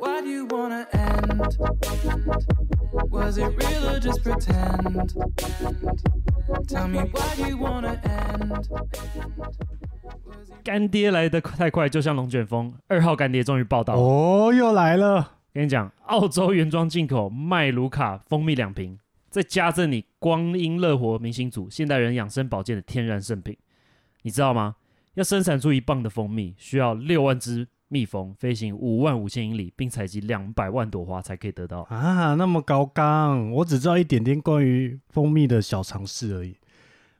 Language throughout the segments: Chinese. how'd you wanna end? Was it real or just pretend? Tell me why do you wanna end? 干爹来的太快，就像龙卷风。二号干爹终于报道了，哦，又来了，跟你讲，澳洲原装进口麦卢卡蜂蜜两瓶，再加赠你光阴乐活明星组现代人养生保健的天然圣品。你知道吗？要生产出一磅的蜂蜜，需要六万只蜜蜂飞行五万五千英里，并采集两百万朵花才可以得到。啊，那么高纲，我只知道一点点关于蜂蜜的小常识而已。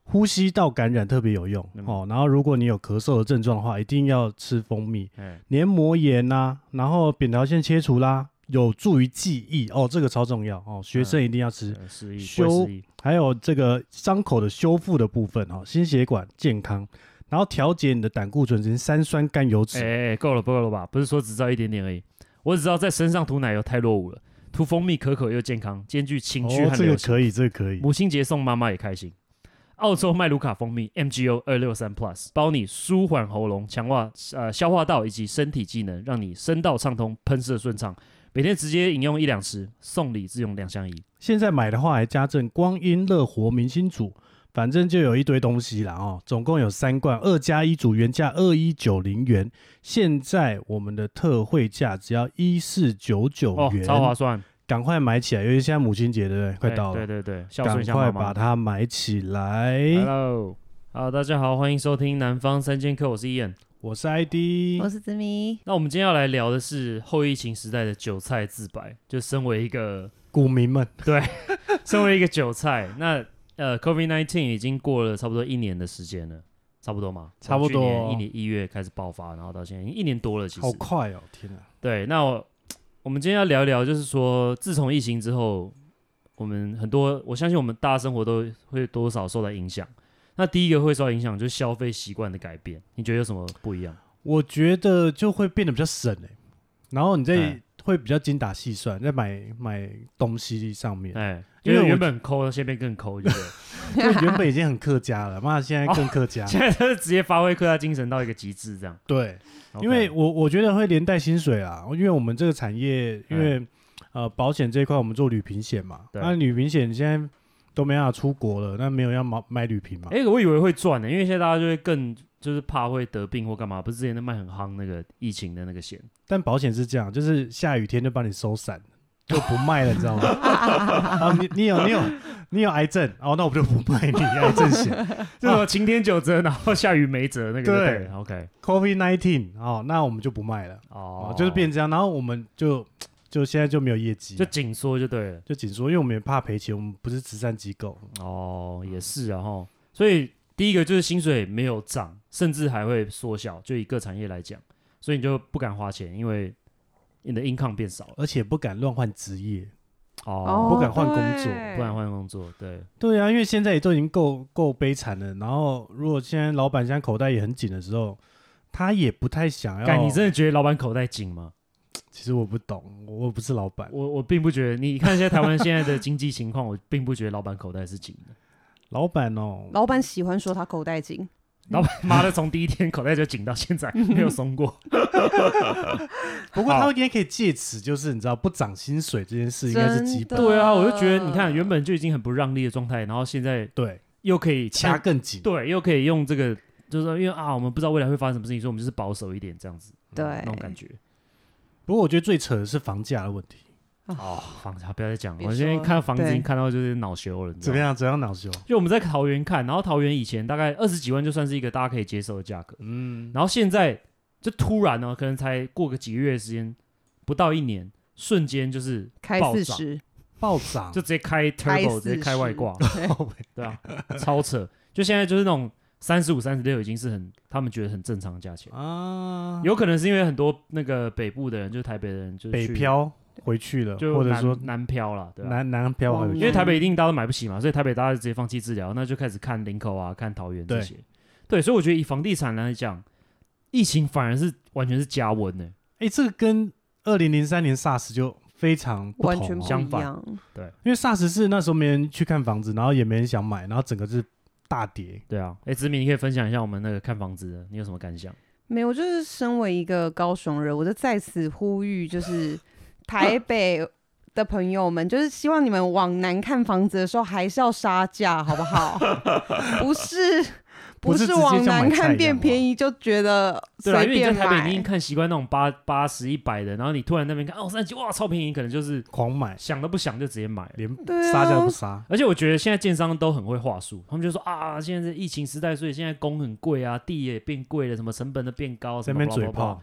呼吸道感染特别有用、嗯哦，然后如果你有咳嗽的症状的话，一定要吃蜂蜜。哎，黏膜炎呐、然后扁桃腺切除啦，有助于记忆哦，这个超重要哦，学生一定要吃。呃失忆，修不会失忆还有这个伤口的修复的部分哦，心血管健康，然后调节你的胆固醇跟三酸甘油哎脂。哎、哎够了，够了吧？不是说只知道一点点而已，我只知道在身上涂奶油太落伍了，涂蜂蜜可口又健康，兼具情趣哦和，这个流行。可以，这个可以。母亲节送妈妈也开心。澳洲麦卢卡蜂蜜 MGO 二六三 Plus 包你舒缓喉咙、强化呃消化道以及身体机能，让你声道畅通、喷射顺畅。每天直接饮用一两匙，送礼自用两相宜。现在买的话还加赠光阴乐活明星组，反正就有一堆东西啦哦，总共有三罐，二加一组原价二一九零元，现在我们的特惠价只要一四九九哦，元，超划算！赶快买起来，尤其现在母亲节对不对？快哎到了，对对对，孝顺赶一下妈快把妈。呃它买起来。 Hello，好，大家好，欢迎收听《南方三剑客》，我是 Ian。我是 ID，我是子明，那我们今天要来聊的是后疫情时代的韭菜自白，就身为一个股民们，身为一个韭菜，那呃，COVID nineteen 已经过了差不多一年的时间了，差不多嘛，差不多从去年一年一月开始爆发，然后到现在已经一年多了，其实好快哦，天哪！对。那我我们今天要聊一聊，就是说，自从疫情之后，我们很多，我相信我们大家生活都会多少受到影响。那第一个会受到影响就是消费习惯的改变，你觉得有什么不一样？我觉得就会变得比较省哎、然后你在哎会比较精打细算，在买买东西上面，哎，因因为为我原本抠，现在变更抠，对 不对？就 原本已经很客家了，妈现在更客家。哦现在就是直接发挥客家精神到一个极致，这样。对，因为 OK 我我觉得会连带薪水啊，因为我们这个产业，因为、呃保险这一块我们做旅平险嘛，对那旅平险现在都没办法出国了，那没有要买买旅平嘛，哎、我以为会赚呢、因为现在大家就会更就是怕会得病或干嘛，不是之前那卖很夯那个疫情的那个险，但保险是这样，就是下雨天就帮你收伞，就不卖了，你 知道吗？啊，你你有你有你有癌症，哦，那我就不卖你癌 症险。就什么晴天九折，然后下雨没折那个就啊对对了，OK， COVID nineteen 哦，那我们就不卖了，哦哦，就是变这样，然后我们就就现在就没有业绩啊就，紧缩就对了，就紧缩，因为我们也怕赔钱，我们不是慈善机构，哦，也是啊哈，所以第一个就是薪水没有涨，甚至还会缩小，就以各产业来讲，所以你就不敢花钱，因为你的 income 变少了，而且不敢乱换职业，哦，不敢换工作对不敢换工作，对，对啊，因为现在也都已经够够悲惨了，然后如果现在老板现在口袋也很紧的时候，他也不太想要。干，你真的觉得老板口袋紧吗？其实我不懂，我我不是老板，我我并不觉得，你看现在台湾现在的经济情况，我并不觉得老板口袋是紧的。老板哦，老板喜欢说他口袋紧，老板妈的，从第一天口袋就紧到现在，没有松过。不过他应该可以借此，就是你知道不涨薪水这件事应该是基本，真的对啊，我就觉得你看，原本就已经很不让利的状态，然后现在对，又可以掐更紧。对，又可以用这个，就是说因为啊，我们不知道未来会发生什么事情，所以我们就是保守一点这样子，嗯对那种感觉。不过我觉得最扯的是房价的问题，哦，房价不要再讲了，别我现在说看房子已经对看到就是恼羞了，你知怎道么吗？样？怎样恼羞？就我们在桃园看，然后桃园以前大概二十几万就算是一个大家可以接受的价格，嗯，然后现在就突然呢、哦可能才过个几个月的时间，不到一年，瞬间就是开暴四涨十，暴涨 就直接开 turbo，直接开外挂，对啊， 超扯。就现在就是那种三十五、三十六已经是很他们觉得很正常的价钱，啊，有可能是因为很多那个北部的人，就是台北的人，就是北去漂回去了，就或者南说南漂啦，对吧、啊南南漂回因去为台北一定大家都买不起嘛，所以台北大家就直接放弃治疗，那就开始看林口啊、看桃园这对些。对，所以我觉得以房地产来讲，疫情反而是完全是加温欸呢、哎，这个跟二零零三年 SARS 就非常不完同全不哦，相一反样。因为 SARS 是那时候没人去看房子，然后也没人想买，然后整个是大跌。对啊，哎，子敏，你可以分享一下我们那个看房子的，你有什么感想？没有，就是身为一个高雄人，我就在此呼吁，就是 台北的朋友们，就是希望你们往南看房子的时候，还是要杀价，好 不好？不是。不不是是直接往像南买菜一看样变吗便宜就觉得对啦，随因为你在便台北你已经买，看习惯那种八八十一百的，然后你突然那边看哦三十几哇超便宜，你可能就是狂买，想都不想就直接买了。连对啊杀价都不杀，而且我觉得现在建商都很会话术，他们就说啊，现在是疫情时代，所以现在工很贵啊，地也变贵了，什么成本都变高，在什那么边 blah blah blah 嘴炮，，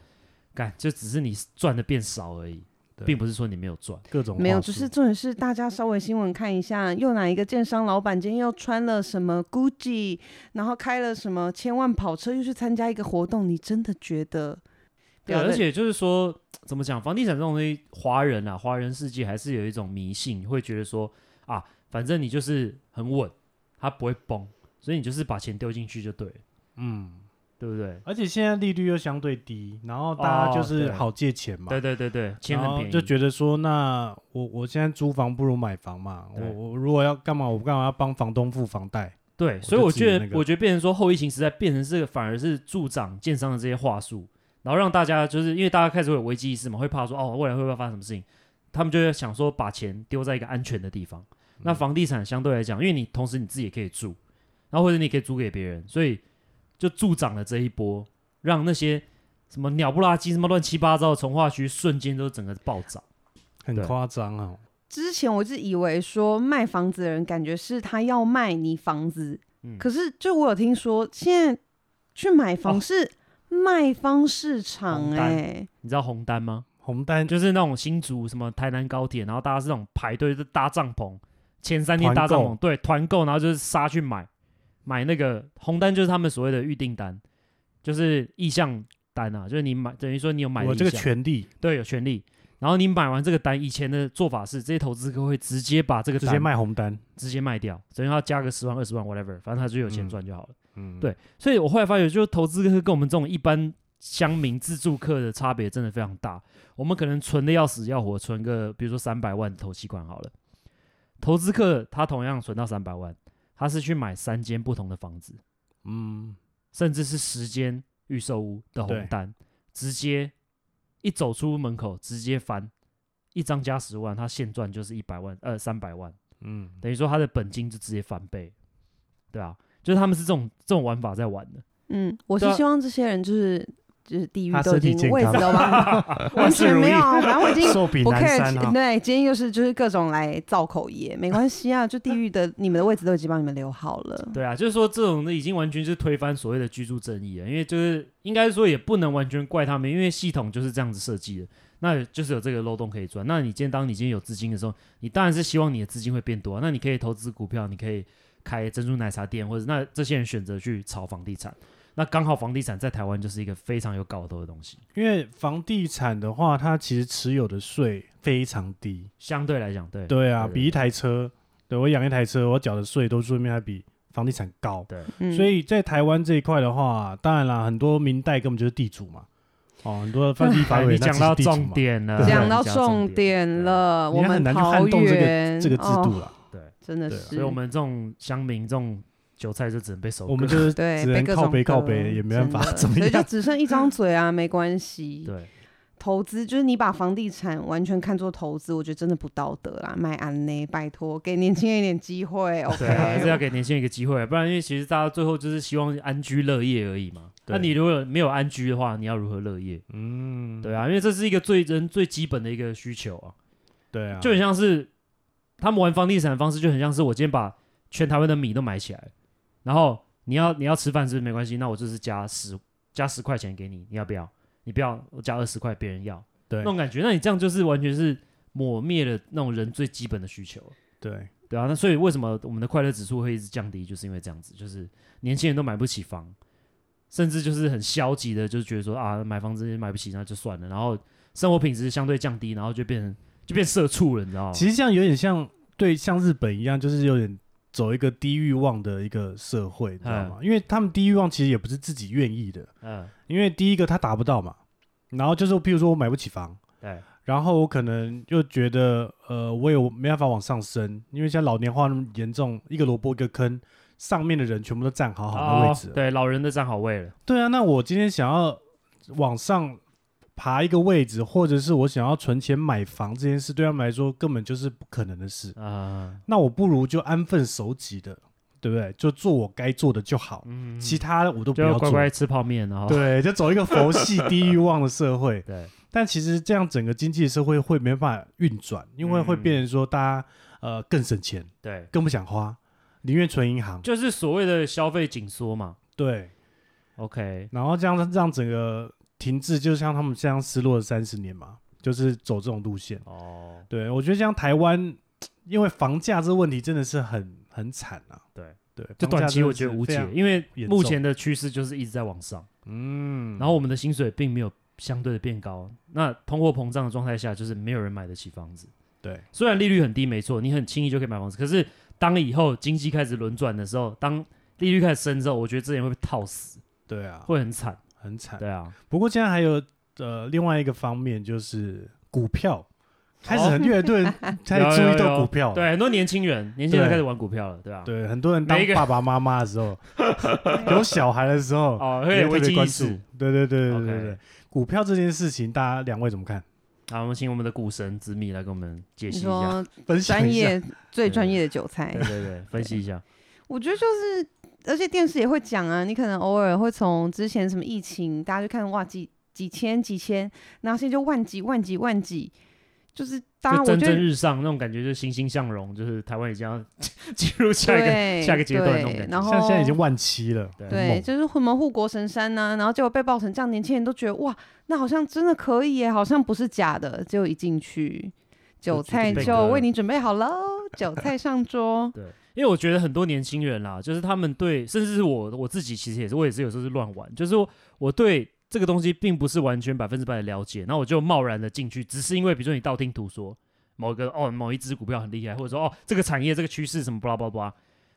干就只是你赚的变少而已，对并不是说你没有赚。各种没有，话术就是重点是大家稍微新闻看一下，又哪一个建商老板今天又穿了什么 GUCCI，然后开了什么千万跑车，又去参加一个活动，你真的觉得？对啊，不要而再且就是说，怎么讲，房地产这种东西，华人啊，华人世界还是有一种迷信，会觉得说啊，反正你就是很稳，它不会崩，所以你就是把钱丢进去就对了，嗯，对不对？而且现在利率又相对低，然后大家就哦是对好借钱嘛，对对对对，钱然很后便宜，就觉得说，那我我现在租房不如买房嘛，我对我如果要干嘛，我干嘛要帮房东付房贷？对，我所以就我自己觉得，的那个我觉得变成说后疫情时代，变成这个反而是助长建商的这些话术，然后让大家就是因为大家开始会有危机意识嘛，会怕说哦未来会不会发生什么事情，他们就会想说把钱丢在一个安全的地方。嗯那房地产相对来讲，因为你同时你自己也可以住，然后或者你也可以租给别人，所以就助长了这一波，让那些什么鸟不拉几、什么乱七八糟的从化区瞬间都整个暴涨。很对夸张哦，之前我是以为说卖房子的人感觉是他要卖你房子，嗯可是就我有听说，现在去买房哦是卖方市场红哎、单你知道红单吗？红单就是那种新竹什么台南高铁，然后大家是那种排队就搭帐篷，前三天团搭帐购篷，对，团购，然后就是杀去买买那个红单，就是他们所谓的预订单，就是意向单啊，就是你买等于说你有买我意这个向权利对有权利，然后你买完这个单，以前的做法是这些投资客会直接把这个直单接卖红单，直接卖掉，等于他加个十万二十万 whatever，反正他就有钱嗯赚就好了。嗯，对，所以我后来发觉，就是投资客跟我们这种一般乡民自住客的差别真的非常大。我们可能存的要死要活，存个比如说三百万投期款好了，投资客他同样存到三百万，他是去买三间不同的房子，嗯，甚至是十间预售屋的对红单，直接一走出门口直接翻。一张加十万，他现赚就是一百万，呃，三百万，嗯，等于说他的本金就直接翻倍，对啊，就是他们是这种这种玩法在玩的。嗯，我对是啊希望这些人就是就是地狱他都已身体经健位置康都完 完万事全如没意有，啊，反正我已经寿比不南山 care。啊，对，今天又是就是各种来造口业，没关系啊，就 地狱的你们的位置都已经帮你们留好 了。对啊，就是说这种的已经完全是推翻所谓的居住正义了，因为就是应该说也不能完全怪他们，因为系统就是这样子设计的，那就是有这个漏洞可以钻。那你今天当你今天有资金的时候，你当然是希望你的资金会变多啊、那你可以投资股票，你可以开珍珠奶茶店，或者那这些人选择去炒房地产，那刚好房地产在台湾就是一个非常有搞头的东西，因为房地产的话，它其实持有的税非常低，相对来讲，对对啊，对比一台车，对我养一台车，我缴的税都顺便还比房地产高，对，嗯，所以在台湾这一块的话，当然啦，很多明代根本就是地主嘛，哦，很多犯地法 哎委你那其讲实到地主重嘛，点了，对讲你到重重点了，啊你我也们很难去桃撼动这个园这个制哦度啦，对，真的对是啊，所以我们这种乡民这种韭菜就只能被收割。我们就是哦对只能被各靠种背靠割背，也没办法真的怎么所以就样。只剩一张嘴啊，没关系。对，投资就是你把房地产完全看作投资，我觉得真的不道德啦，卖安呢，拜托，给年轻人一点机会，OK？对啊，还是要给年轻人一个机会，不然因为其实大家最后就是希望安居乐业而已嘛。对那你如果没有安居的话，你要如何乐业？嗯，对啊，因为这是一个最人最基本的一个需求啊，对啊，就很像是他们玩房地产的方式，就很像是我今天把全台湾的米都买起来，然后你要你要吃饭是不是没关系？那我就是加十加十块钱给你，你要不要？你不要，我加二十块，别人要对那种感觉。那你这样就是完全是抹灭了那种人最基本的需求。对，对啊，那所以为什么我们的快乐指数会一直降低，就是因为这样子，就是年轻人都买不起房，甚至就是很消极的，就是觉得说啊，买房子买不起，那就算了，然后生活品质相对降低，然后就变成就变社畜了，你知道吗？其实这样有点像对像日本一样，就是有点走一个低欲望的一个社会，你知道吗？因为他们低欲望其实也不是自己愿意的，嗯，因为第一个他达不到嘛，然后就是比如说我买不起房，对，然后我可能又觉得，呃，我也没办法往上升，因为现在老年化那么严重，一个萝卜一个坑，上面的人全部都占哦哦好好的位置了。对，老人的占好位了，对啊，那我今天想要往上爬一个位置，或者是我想要存钱买房这件事，对他们来说根本就是不可能的事。啊，那我不如就安分守己的，对不对？就做我该做的就好，嗯其他的我都不就要要做。乖乖吃泡面啊。对，就走一个佛系低欲望的社会。对，但其实这样整个经济社会会没办法运转，因为会嗯变成说大家呃更省钱，对，更不想花，宁愿存银行。就是所谓的消费紧缩嘛。对， OK，然后这样让整个停滞，就像他们这样失落了三十年嘛，就是走这种路线。哦，对，我觉得像台湾，因为房价这问题真的是很很惨啊。对对，这房价短期我真觉的得是无非解，常因为严目重前的趋势就是一直在往上，嗯，然后我们的薪水并没有相对的变高。那通货膨胀的状态下，就是没有人买得起房子。对虽然利率很低，没错，你很轻易就可以买房子，可是当以后经济开始轮转的时候，当利率开始升之后，我觉得这些人会被套死，对啊，会很惨。很惨。对啊，不过现在还有呃另外一个方面就是股票，哦开始很越 对开始注意到股票，对，很多年轻人，年轻人哦对开始玩股票了，对吧、啊？，对，很多人当每一个爸爸妈妈的 时候，有小孩的时候，哦，也会有特危别机关意注识。。对对对对对 OK 对，股票这件事情，大家两位怎么看？好，我们请我们的股神子米来给我们解你析一下。说分享专一下。业最专业的韭菜对，对对，分析一下。我觉得就是，而且电视也会讲啊，你可能偶尔会从之前什么疫情，大家就看哇几几千几千，然后现在就万几万几万几，就是当然就我蒸觉蒸得。日上那种感觉，就是欣欣向荣，就是台湾已经要 进入下一个。对，下一个阶段那种对感觉然后像现在已经万七了，对很对，猛就是什么护国神山呐、然后结果被爆成这样，年轻人都觉得哇，那好像真的可以耶，好像不是假的。结果一进去，韭菜被就割为你准备好喽，韭菜上 桌。对，因为我觉得很多年轻人啦，就是他们对，甚至是我我自己，其实也是，我也是有时候是乱玩，就是我我对这个东西并不是完全百分之百的了解，那我就贸然的进去，只是因为比如说你道听途说，某个哦某一只股票很厉害，或者说哦这个产业这个趋势什么巴拉巴拉，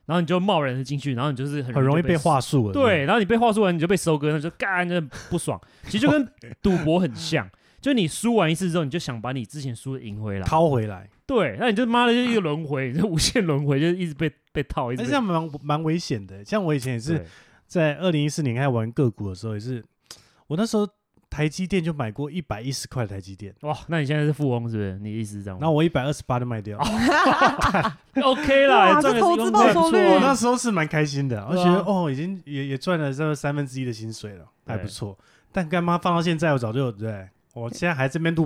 然后你就贸然的进去，然后你就是很很容易就被话术了。对，然后你被话术完，你就被收割，那就干就很不爽。其实就跟赌博很像，就你输完一次之后，你就想把你之前输的赢回不对，来。掏回来，对，那你就妈的就一个轮回，你就无限轮回，就一直被被套，一直被那哎这样蛮蛮危险的。像我以前也是对在二零一四年开始玩个股的时候，也是我那时候台积电就买过一百一十块的台积电，哇，那你现在是富翁是不是？你意思是这样然后我一百二十八就卖掉。哦？OK 啦，哇赚这的投资报酬率我哦那时候是蛮开心的，我觉对得啊哦，已经也也赚了这三分之一的薪水了，还不对错。但干妈放到现在，我早就对不对，我现在还这边录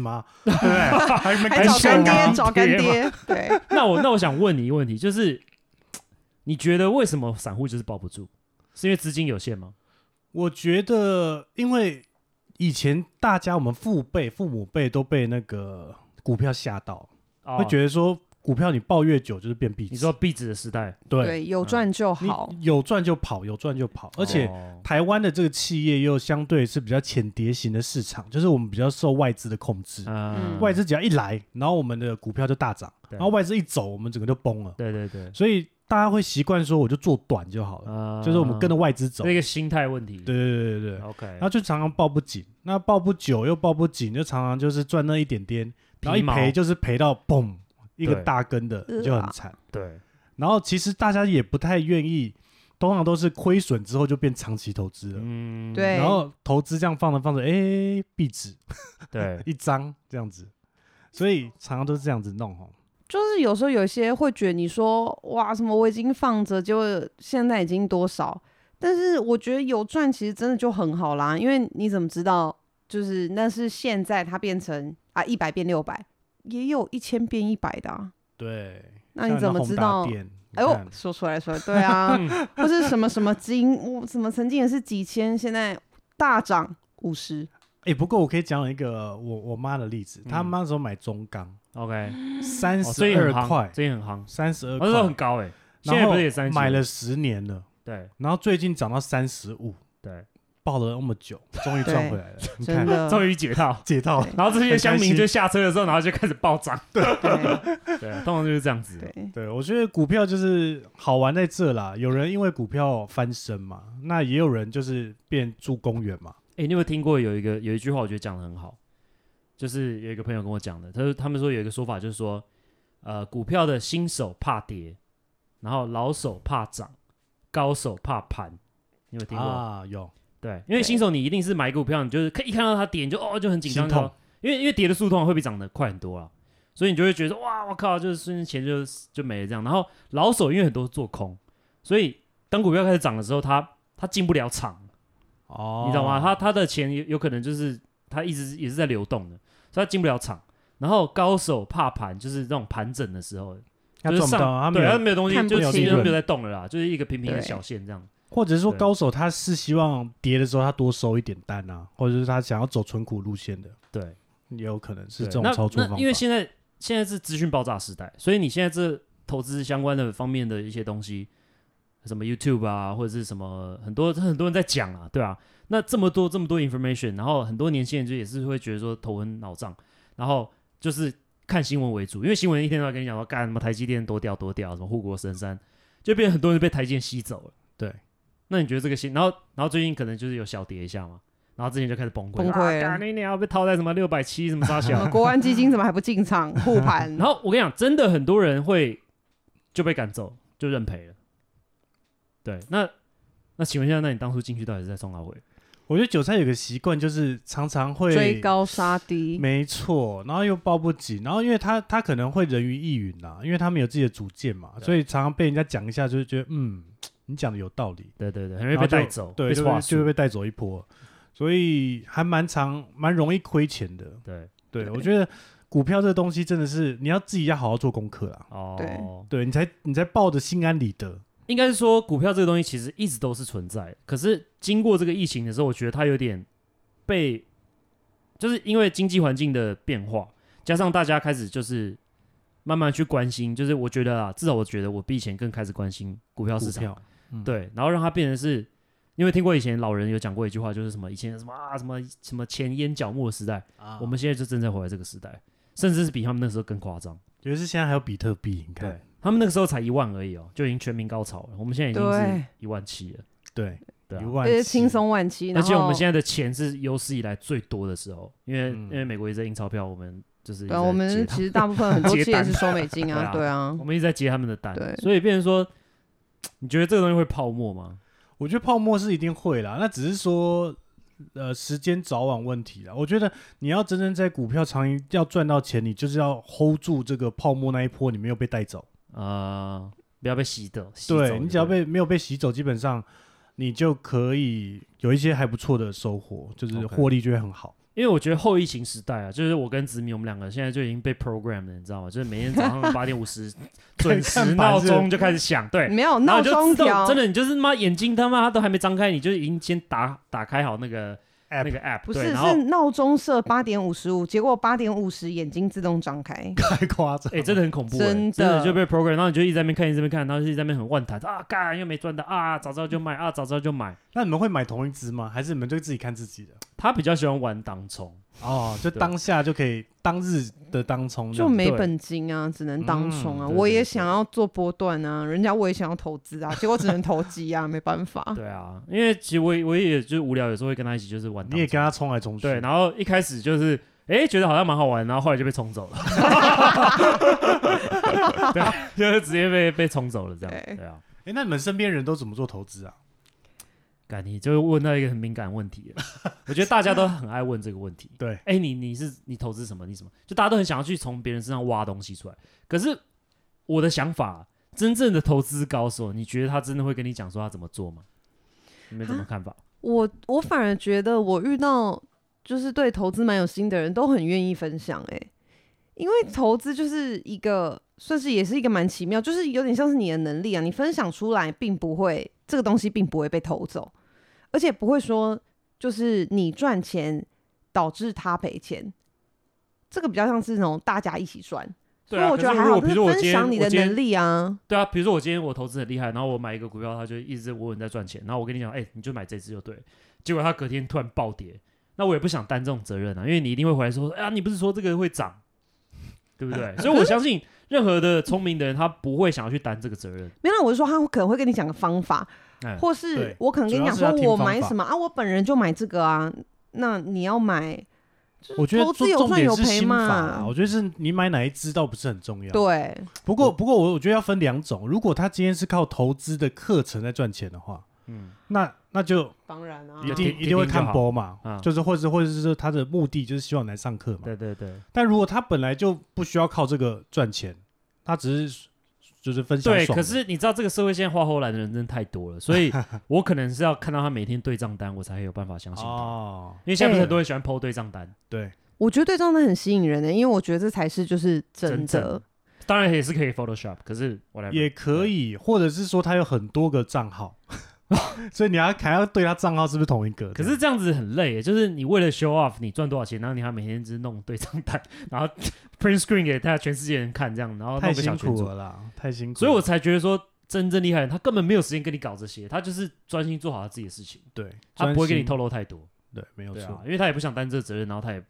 吗？对不对？还没还感找受干吗爹，？找干啊爹，对，那我那我想问你一个问题，就是你觉得为什么散户就是抱不住？是因为资金有限吗？我觉得，因为以前大家我们父辈、父母辈都被那个股票吓到，哦会觉得说股票你抱越久就是变壁纸。你说币值的时代对，对，嗯有赚就好。你有赚就跑，有赚就跑，而且。哦台湾的这个企业又相对是比较浅碟型的市场，就是我们比较受外资的控制。嗯外资只要一来，然后我们的股票就大涨，对然后外资一走，我们整个就崩了。对对对，所以大家会习惯说，我就做短就好了，啊就是我们跟着外资走。那对个哦心态问题。对对对对对， ，OK，然后就常常抱不紧，那抱不久又抱不紧，就常常就是赚那一点点，然后一皮毛赔就是赔到嘣一个对大根的，呃你就很惨。对然后其实大家也不太愿意，通常都是亏损之后就变长期投资了。嗯对然后投资这样放着放着，哎，壁纸对 一张这样子，所以常常都是这样子弄哦。就是有时候有些会觉得你说哇什么我已经放着，结果现在已经多少？但是我觉得有赚其实真的就很好啦，因为你怎么知道？就是那是现在它变成啊一百变六百，也有一千变一百的、啊，对，那你怎么知道？哎哎呦呦，，说出来说对啊，嗯或是什么什么金，我什么曾经也是几千，现在大涨五十，哎，不过我可以讲一个我我妈的例子，她嗯妈那时候买中钢哦，OK，三哦最十近很二夯，块，最近很夯，三十二我那时候很块，高哎，现在然不后是也三买了十年了，对然后最近涨到三十五，对，抱了那么久，终于赚回来了。你真看，的，终于解套。解套了，然后这些乡很开民心就下车的时候，然后就开始暴涨，对 对，通常就是这样子。对，对，我觉得股票就是好玩在这啦。有人因为股票翻身嘛，那也有人就是变住公园嘛。哎，你有没有听过有一个有一句话，我觉得讲的很好，就是有一个朋友跟我讲的，他说他们说有一个说法就是说，呃，股票的新手怕跌，然后老手怕涨，高手怕盘，你有没有听过？啊，有对，因为新手你一定是买股票，你就是看一看到它跌，你就哦就很紧张，心痛因为因为跌的速度通常会比涨得快很多啊，所以你就会觉得哇，我靠，就是瞬间钱就就没了这样。然后老手因为很多是做空，所以当股票开始涨的时候，他他进不了场，哦你知道吗？他他的钱有有可能就是他一直也是在流动的，所以他进不了场。然后高手怕盘，就是这种盘整的时候，他就是赚不上到，啊他没对啊他有，没有东西，看不就其实清就楚没有在动了啦，就是一个平平的对小线这样。或者是说对高手他是希望跌的时候他多收一点单啊，或者是他想要走纯股路线的，对，也有可能是对这种那操作那方法。因为现在现在是资讯爆炸时代，所以你现在这投资相关的方面的一些东西，什么 YouTube 啊，或者是什么很多很多人在讲啊，对吧、那这么多这么多 information，然后很多年轻人就也是会觉得说头昏脑胀，然后就是看新闻为主，因为新闻一天到晚跟你讲说干什么台积电多掉多掉，什么护国神山，就变成很多人被台积电吸走了。对，那你觉得这个新，然后然后最近可能就是有小跌一下嘛，然后之前就开始崩溃，崩溃啊了干你娘被套在什么六百七什么啥小 什么，国安基金怎么还不进场护盘？然后我跟你讲，真的很多人会就被赶走，就认赔了。对，那那请问一下，那你当初进去到底是在送哪回？我觉得韭菜有个习惯就是常常会追高杀低，没错，然后又抱不紧，然后因为他他可能会人云亦云啦、因为他们有自己的主见嘛，对所以常常被人家讲一下，就是觉得嗯，你讲的有道理，对对对，很容然易后被就带走，对，被就抓会就会住。被带走一波，所以还蛮常蛮容易亏钱的。对，对对我觉得股票这东西真的是你要自己要好好做功课啦，对哦，对你才你才抱着心安理得。应该是说股票这个东西其实一直都是存在的，可是经过这个疫情的时候，我觉得它有点被，就是因为经济环境的变化，加上大家开始就是慢慢去关心，就是我觉得啊，至少我觉得我比以前更开始关心股票市股场。票嗯对，然后让它变成是，因为听过以前老人有讲过一句话，就是什么以前什么啊什么什么前烟角末的时代，啊我们现在就正在活在这个时代，甚至是比他们那时候更夸张。尤其是现在还有比特币，你看，他们那个时候才一万而已哦，就已经全民高潮了。我们现在已经是对一万七了，对，对一啊。万而且七轻，松万期。而然且我后们现在的钱是有史以来最多的时候，因为、嗯因为美国一直在印钞票，我们就是一直对啊，在我们接他其实大部分很多接企业单是收美金啊，对对 啊我，们一直在接他们的单对，所以变成说，你觉得这个东西会泡沫吗？我觉得泡沫是一定会啦，那只是说，呃，时间早晚问题啦。我觉得你要真正在股票长赢要赚到钱，你就是要 hold 住这个泡沫那一波，你没有被带走。呃，不要被洗走，洗走对就你只要对了被没有被洗走，基本上你就可以有一些还不错的收获，就是 OK 获利就会很好。因为我觉得后疫情时代啊，就是我跟子米我们两个现在就已经被 program 了，你知道吗？就是每天早上八点五十准时 看盘闹是钟就开始响，对，没有然后闹你就钟自动条真，的你就是妈眼睛他妈都还没张开，你就已经先打打开好那个 App 那个 app，不对，是然后是闹钟设八点五十五，结果八点五十眼睛自动张 开， 太夸张了，哎、真的很恐怖、欸，真的的就被 program，然后你就一直在那边看，一直在那边看，然后就一直在那边很万谈啊，干又没赚到啊，早知道就卖啊，早知道就买。那你们会买同一只吗？还是你们就自己看自己的？他比较喜欢玩当冲，哦，就对当下就可以当日的当冲这就样子，没本金啊，只能当冲啊。嗯对我对也对想要做波段啊，人家我也想要投资啊，结果只能投机啊，没办法。对啊，因为其实我也我也就是无聊，有时候会跟他一起就是玩当你也冲。跟他冲来冲去。嗯对，然后一开始就是哎、诶觉得好像蛮好玩，然后后来就被冲 走了，对，啊就是直接被被冲走了这样，对对啊。哎，那你们身边人都怎么做投资啊？感你就问到一个很敏感问题了，我觉得大家都很爱问这个问题。对哎、你你是你投资什么？你什么？就大家都很想要去从别人身上挖东西出来。可是我的想法，真正的投资高手，你觉得他真的会跟你讲说他怎么做吗？你们怎么看法？我我反而觉得我遇到就是对投资蛮有心的人都很愿意分享哎、因为投资就是一个算是也是一个蛮奇妙，就是有点像是你的能力啊，你分享出来并不会这个东西并不会被偷走，而且不会说就是你赚钱导致他赔钱，这个比较像是那种大家一起赚，对所以啊，我可觉得是还如好，果比如就是说我分今享天你我的今天能力啊，对啊，比如说我今天我投资很厉害，然后我买一个股票，它就一直稳稳在赚钱，然后我跟你讲，哎、你就买这只就对了。结果它隔天突然暴跌，那我也不想担这种责任啊，因为你一定会回来说，哎、呀，你不是说这个会涨，对不 对？所以我相信任何的聪明的人，他不会想要去担这个责任。没有，我是说他可能会跟你讲个方法，哎，或对是我可能跟你讲主要说是要听我方买法什么啊，我本人就买这个啊，那你要买，我觉得投资重有重赚点有是赔心法啊嘛啦，我觉得是你买哪一支倒不是很重要。，对，不过不过我我觉得要分两种，如果他今天是靠投资的课程在赚钱的话，嗯，那那就当然啊一就定听一定会听就看好播嘛嗯，就是或者或者是他的目的就是希望你来上课嘛。对对对，但如果他本来就不需要靠这个赚钱，他只是就是分享对。爽可的是你知道这个社会现在画后来的人真的太多了，所以我可能是要看到他每天对账单，我才有办法相信他。哦，因为现在不是很多人喜欢 PO 对账单，对，我觉得对账单很吸引人的、欸因为我觉得这才是就是真真的正。当然也是可以 Photoshop，可是 whatever 也可以，或者是说他有很多个账号， 所以你要还要对他账号是不是同一个？可是这样子很累耶，就是你为了 show off 你赚多少钱，然后你还每天只弄对账单，然后 print screen 给大家全世界人看，这样，然后太弄个小辛群苦组，了啦，太辛苦了。所以我才觉得说真正厉害的人，他根本没有时间跟你搞这些，他就是专心做好他自己的事情，对，他不会给你透露，露太多，对，没有对啊错，，因为他也不想担这个责任，然后他也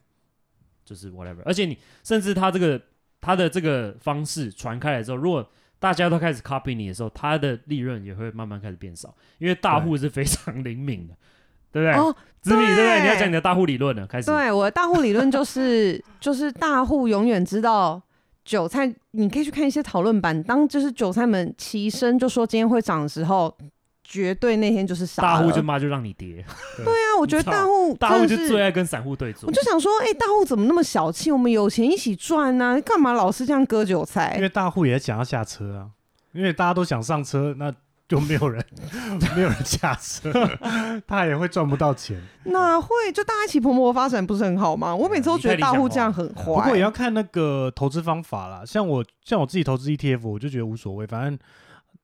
就是 whatever，而且你甚至他这个他的这个方式传开来之后，如果大家都开始 copy 你的时候，他的利润也会慢慢开始变少，因为大户是非常灵敏的，对不对？哦，子敏，对不对？对你要讲你的大户理论了，开始。对，我的大户理论就是 就是大户永远知道韭菜，你可以去看一些讨论版，当就是韭菜们齐声就说今天会涨的时候，绝对那天就是傻大户了就骂就让你跌，对啊，我觉得大户大户真就的是最爱跟散户对坐我。就想说，哎、大户怎么那么小气？我们有钱一起赚呢、干嘛老是这样割韭因啊菜？为大户也想要下车啊，因为大家都想上车，那就没有人 没有人下车， 他也会赚不到钱。哪会就大家一起蓬勃发展，不是很好吗？我每次都觉啊得大户这样很坏。不过也要看那个投资方法啦，像我像我自己投资 ETF，我就觉得无所谓，反正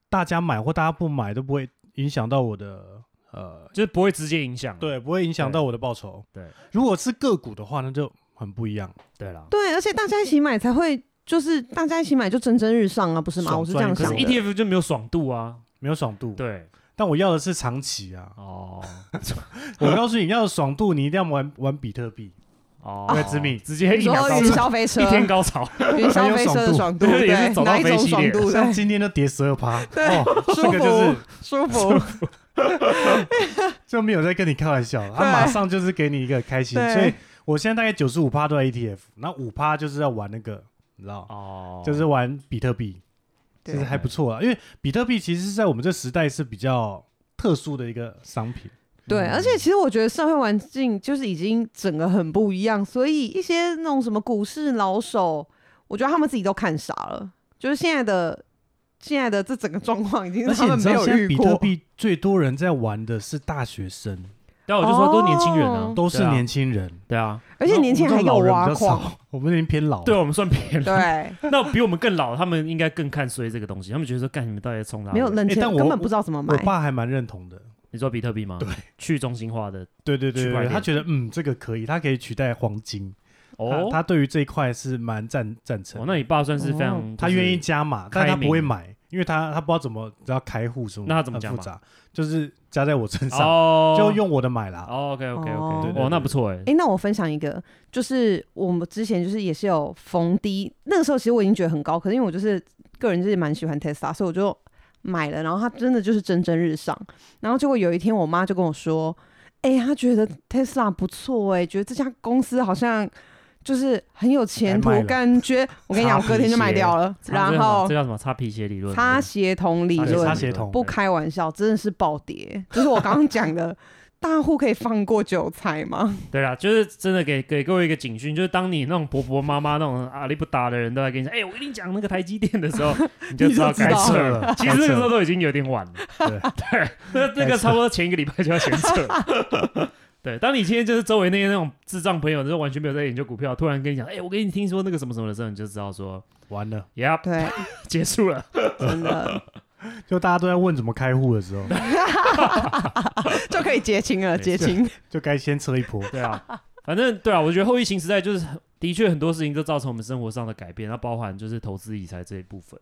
大家买或大家不买都不会影响到我的呃，就是不会直接影响。啊对，不会影响到我的报酬。对对，如果是个股的话，那就很不一样，对啦，对，而且大家一起买才会，就是大家一起买就蒸蒸日上啊，不是吗？爽我是这样可想是的。 ETF 就没有爽度啊。没有爽度。，对，但我要的是长期啊！哦我告诉你，要有爽度，你一定要玩玩比特币。哦，对子敏直接你一秒说哦高云潮，消费车一，天高潮，云消费车的 爽度，对也对是，走到哪一种飞系列 爽度？像对，今天就跌十二趴，对哦，这舒个就是服，舒服。就没有在跟你开玩笑了，他对马上就是给你一个开心。对所以我现在大概九十五趴都在 ETF，那五趴就是要玩那个，你知道，哦，就是玩比特币，对就是还不错啊。因为比特币其实是在我们这时代是比较特殊的一个商品。对，嗯而且其实我觉得社会环境就是已经整个很不一样，所以一些那种什么股市老手，我觉得他们自己都看傻了，就是现在的现在的这整个状况已经而是他且们你知没道，有现在遇比特过。啊币最多人在玩的是大学生，但啊我就说都年轻人啊哦，都是对啊年哦轻人，对啊，而且年轻人还有我们这种老挖人比较少 矿，，我们有点偏老。对，啊我们算偏了。 对，那比我们更老，他们应该更看衰这个东西。他们觉得说，干你们到底在冲啥？没有冷哎钱但我根本不知道怎么买我。爸还蛮认同的。你说比特币吗？对，去中心化的对对对区块对，链他觉得嗯，这个可以，它可以取代黄金。哦他他对于这一块是蛮赞赞成哦的。，那你爸算是非常，哦就是他愿意加码，但开他明不会买，因为他他不知道怎么要开户什么，那他怎么很加码复杂，就是加在我身上，哦，就用我的买啦。哦，OK OK 哦 OK，对对哦，那对不错哎哎、，那我分享一个，就是我们之前就是也是有逢低，那个时候其实我已经觉得很高，可是因为我就是个人就是蛮喜欢 Tesla，所以我就买了，然后它真的就是蒸蒸日上。然后结果有一天，我妈就跟我说：“哎、她觉得 Tesla 不错，哎，觉得这家公司好像就是很有前还卖途，了 感觉。”我跟你讲，擦我隔天就皮卖鞋掉了。擦这然叫什么后这叫什么？擦皮鞋理论，擦协同理对鞋论擦，协同不开玩笑，真的是暴跌。就是我刚刚讲的，大户可以放过韭菜吗？ 对啦，就是真的给给各位一个警讯，就是当你那种婆婆妈妈那种阿里不达的人都在跟你讲，哎、我跟你讲那个台积电的时 候，你就知道你就知该道撤该撤 了其实那个时候都已经有点晚了，对 对，那那个差不多前一个礼拜就要先 撤。对，当你今天就是周围那些那种智障朋友，就是完全没有在研究股票，突然跟你讲，哎、我跟你听说那个什么什么的时候，你就知道说，完了，呀、yep,，对，结束了。真的。 就大家都在问怎么开户的时候，就可以结清了，对结清。就该先撤一波。 对啊，反正对啊，我觉得后疫情时代就是很的确很多事情都造成我们生活上的改变，那包含就是投资理财这一部分。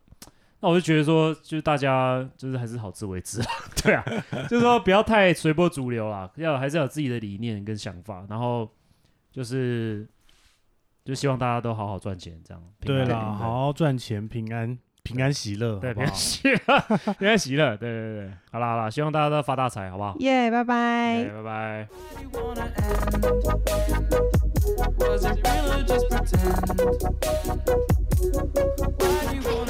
那我就觉得说，就是大家就是还是好自为之啦，对啊， 就是说不要太随波逐流啦，要还是要有自己的理念跟想法，然后就是就希望大家都好好赚钱，这样平对安啦，好好赚钱，平安平安喜乐，对，好不别好？洗 了，别洗了，对对对，好啦好啦，希望大家都发大财，好不好？耶、拜拜。 OK，拜拜。 Where do you wanna end? Was it real or just pretend? Why do you wanna